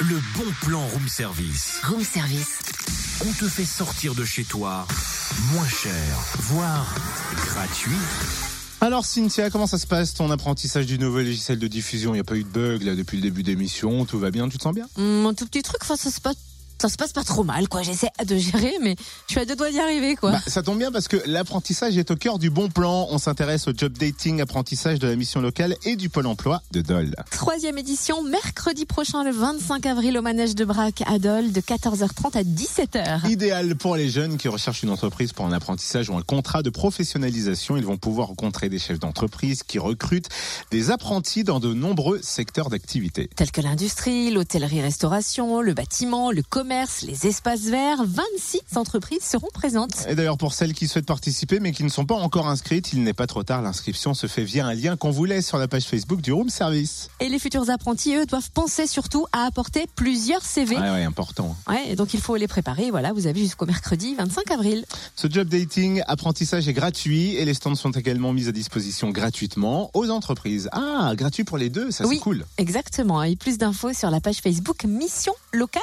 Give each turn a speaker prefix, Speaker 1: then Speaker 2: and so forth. Speaker 1: Le bon plan room service.
Speaker 2: Room service.
Speaker 1: On te fait sortir de chez toi moins cher, voire gratuit.
Speaker 3: Alors Cynthia, comment ça se passe ton apprentissage du nouveau logiciel de diffusion Il n'y a pas eu de bug là depuis le début d'émission, tout va bien, tu te sens bien
Speaker 4: Hum, un tout petit truc, enfin, ça se passe. Ça se passe pas trop mal, quoi. J'essaie de gérer, mais je suis à deux doigts d'y arriver, quoi.
Speaker 3: Bah, Ça tombe bien parce que l'apprentissage est au cœur du bon plan. On s'intéresse au job dating, apprentissage de la mission locale et du pôle emploi de Dole.
Speaker 4: Troisième édition, mercredi prochain, le 25 avril, au manège de Brac à Dole, de 14h30 à 17h.
Speaker 3: Idéal pour les jeunes qui recherchent une entreprise pour un apprentissage ou un contrat de professionnalisation. Ils vont pouvoir rencontrer des chefs d'entreprise qui recrutent des apprentis dans de nombreux secteurs d'activité.
Speaker 4: Tels que l'industrie, l'hôtellerie-restauration, le bâtiment, le commerce, les espaces verts, 26 entreprises seront présentes.
Speaker 3: Et d'ailleurs, pour celles qui souhaitent participer mais qui ne sont pas encore inscrites, il n'est pas trop tard. L'inscription se fait via un lien qu'on vous laisse sur la page Facebook du Room Service.
Speaker 4: Et les futurs apprentis, eux, doivent penser surtout à apporter plusieurs CV.
Speaker 3: Ah Ouais, ouais, important.
Speaker 4: Ouais, et donc il faut les préparer. Voilà, vous avez jusqu'au mercredi 25 avril.
Speaker 3: Ce job dating apprentissage est gratuit et les stands sont également mis à disposition gratuitement aux entreprises. Ah, gratuit pour les deux, ça
Speaker 4: Oui.
Speaker 3: c'est cool.
Speaker 4: Exactement. Et plus d'infos sur la page Facebook Mission Locale